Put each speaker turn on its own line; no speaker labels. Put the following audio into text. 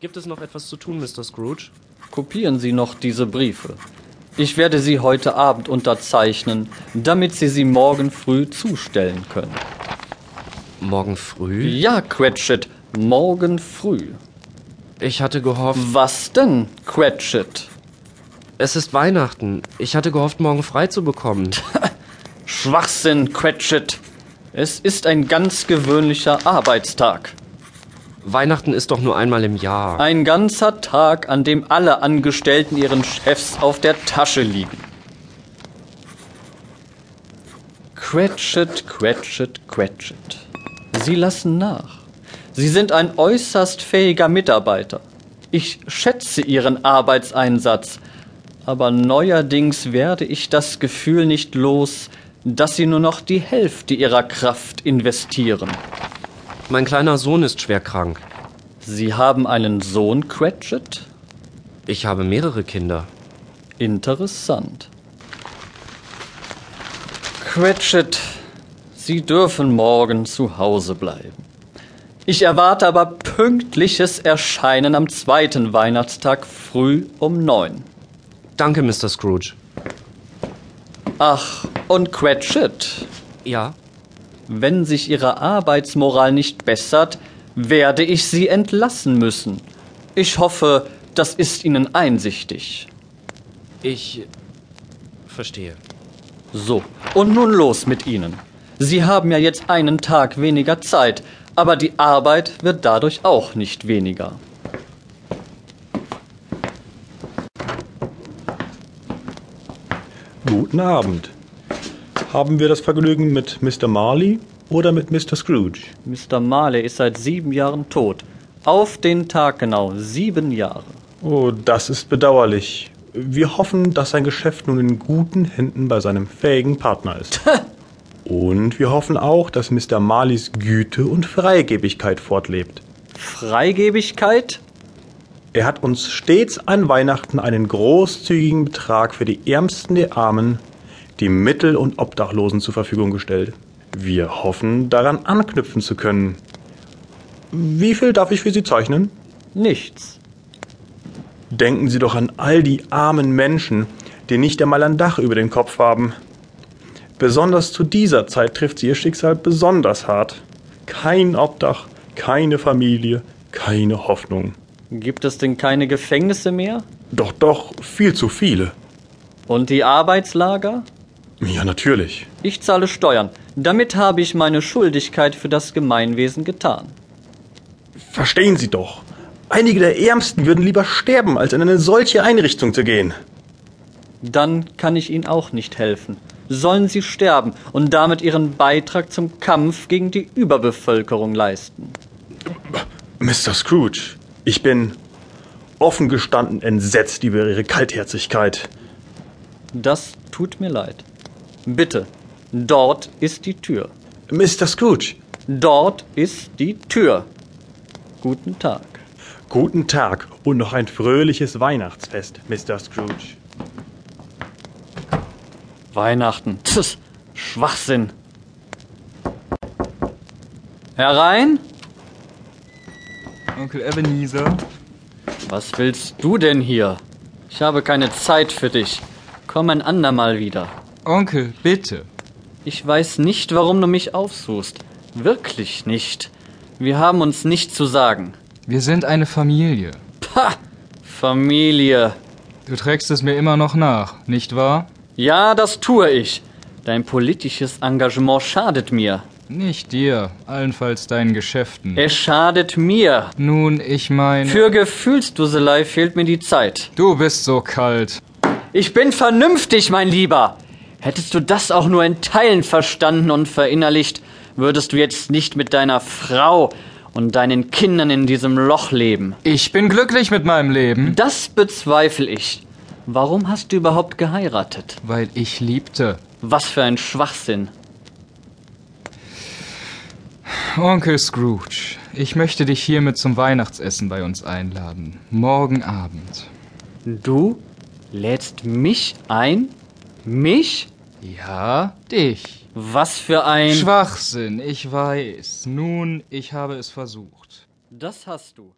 Gibt es noch etwas zu tun, Mr. Scrooge?
Kopieren Sie noch diese Briefe. Ich werde sie heute Abend unterzeichnen, damit Sie sie morgen früh zustellen können.
Morgen früh?
Ja, Cratchit, morgen früh.
Ich hatte gehofft,
Was denn, Cratchit?
es ist Weihnachten. Ich hatte gehofft, morgen frei zu bekommen.
Schwachsinn, Cratchit. Es ist ein ganz gewöhnlicher Arbeitstag.
Weihnachten ist doch nur einmal im Jahr.
Ein ganzer Tag, an dem alle Angestellten ihren Chefs auf der Tasche liegen. Cratchit, Cratchit, Cratchit. Sie lassen nach. Sie sind ein äußerst fähiger Mitarbeiter. Ich schätze Ihren Arbeitseinsatz. Aber neuerdings werde ich das Gefühl nicht los, dass Sie nur noch die Hälfte Ihrer Kraft investieren.
Mein kleiner Sohn ist schwer krank.
Sie haben einen Sohn, Cratchit?
Ich habe mehrere Kinder.
Interessant. Cratchit, Sie dürfen morgen zu Hause bleiben. Ich erwarte aber pünktliches Erscheinen am zweiten Weihnachtstag früh um neun.
Danke, Mr. Scrooge.
Ach, und Cratchit,
Ja?
wenn sich Ihre Arbeitsmoral nicht bessert, werde ich Sie entlassen müssen. Ich hoffe, das ist Ihnen einsichtig.
Ich verstehe.
So, und nun los mit Ihnen. Sie haben ja jetzt einen Tag weniger Zeit, aber die Arbeit wird dadurch auch nicht weniger.
Guten Abend. Haben wir das Vergnügen mit Mr. Marley oder mit Mr. Scrooge?
Mr. Marley ist seit sieben Jahren tot. Auf den Tag genau sieben Jahre.
Oh, das ist bedauerlich. Wir hoffen, dass sein Geschäft nun in guten Händen bei seinem fähigen Partner ist. Und wir hoffen auch, dass Mr. Marleys Güte und Freigebigkeit fortlebt.
Freigebigkeit?
Er hat uns stets an Weihnachten einen großzügigen Betrag für die Ärmsten der Armen, die Mittel- und Obdachlosen zur Verfügung gestellt. Wir hoffen, daran anknüpfen zu können. Wie viel darf ich für Sie zeichnen?
Nichts.
Denken Sie doch an all die armen Menschen, die nicht einmal ein Dach über dem Kopf haben. Besonders zu dieser Zeit trifft sie ihr Schicksal besonders hart. Kein Obdach, keine Familie, keine Hoffnung.
Gibt es denn keine Gefängnisse mehr?
Doch, doch, viel zu viele.
Und die Arbeitslager?
Ja, natürlich.
Ich zahle Steuern. Damit habe ich meine Schuldigkeit für das Gemeinwesen getan.
Verstehen Sie doch. Einige der Ärmsten würden lieber sterben, als in eine solche Einrichtung zu gehen.
dann kann ich Ihnen auch nicht helfen. Sollen Sie sterben und damit Ihren Beitrag zum Kampf gegen die Überbevölkerung leisten.
Mr. Scrooge, ich bin offen gestanden entsetzt über Ihre Kaltherzigkeit.
Das tut mir leid. Bitte, dort ist die Tür.
Mr. Scrooge,
Dort ist die Tür. Guten Tag.
guten Tag und noch ein fröhliches Weihnachtsfest, Mr. Scrooge.
Weihnachten. Tss, Schwachsinn. Herein?
Onkel Ebenezer,
Was willst du denn hier? Ich habe keine Zeit für dich. Komm ein andermal wieder.
Onkel, bitte.
Ich weiß nicht, warum du mich aufsuchst. Wirklich nicht. Wir haben uns nichts zu sagen.
Wir sind eine Familie.
Pah! Familie.
Du trägst es mir immer noch nach, nicht wahr?
Ja, das tue ich. Dein politisches Engagement schadet mir.
Nicht dir, allenfalls deinen Geschäften.
Es schadet mir.
Nun, ich meine.
Für Gefühlsduselei fehlt mir die Zeit.
du bist so kalt.
Ich bin vernünftig, mein Lieber. Hättest du das auch nur in Teilen verstanden und verinnerlicht, würdest du jetzt nicht mit deiner Frau und deinen Kindern in diesem Loch leben.
Ich bin glücklich mit meinem Leben.
Das bezweifle ich. Warum hast du überhaupt geheiratet?
Weil ich liebte.
Was für ein Schwachsinn.
Onkel Scrooge, ich möchte dich hiermit zum Weihnachtsessen bei uns einladen. Morgen Abend.
Du lädst mich ein? Mich?
Ja, dich.
Was für ein...
Schwachsinn, ich weiß. Nun, ich habe es versucht.
das hast du.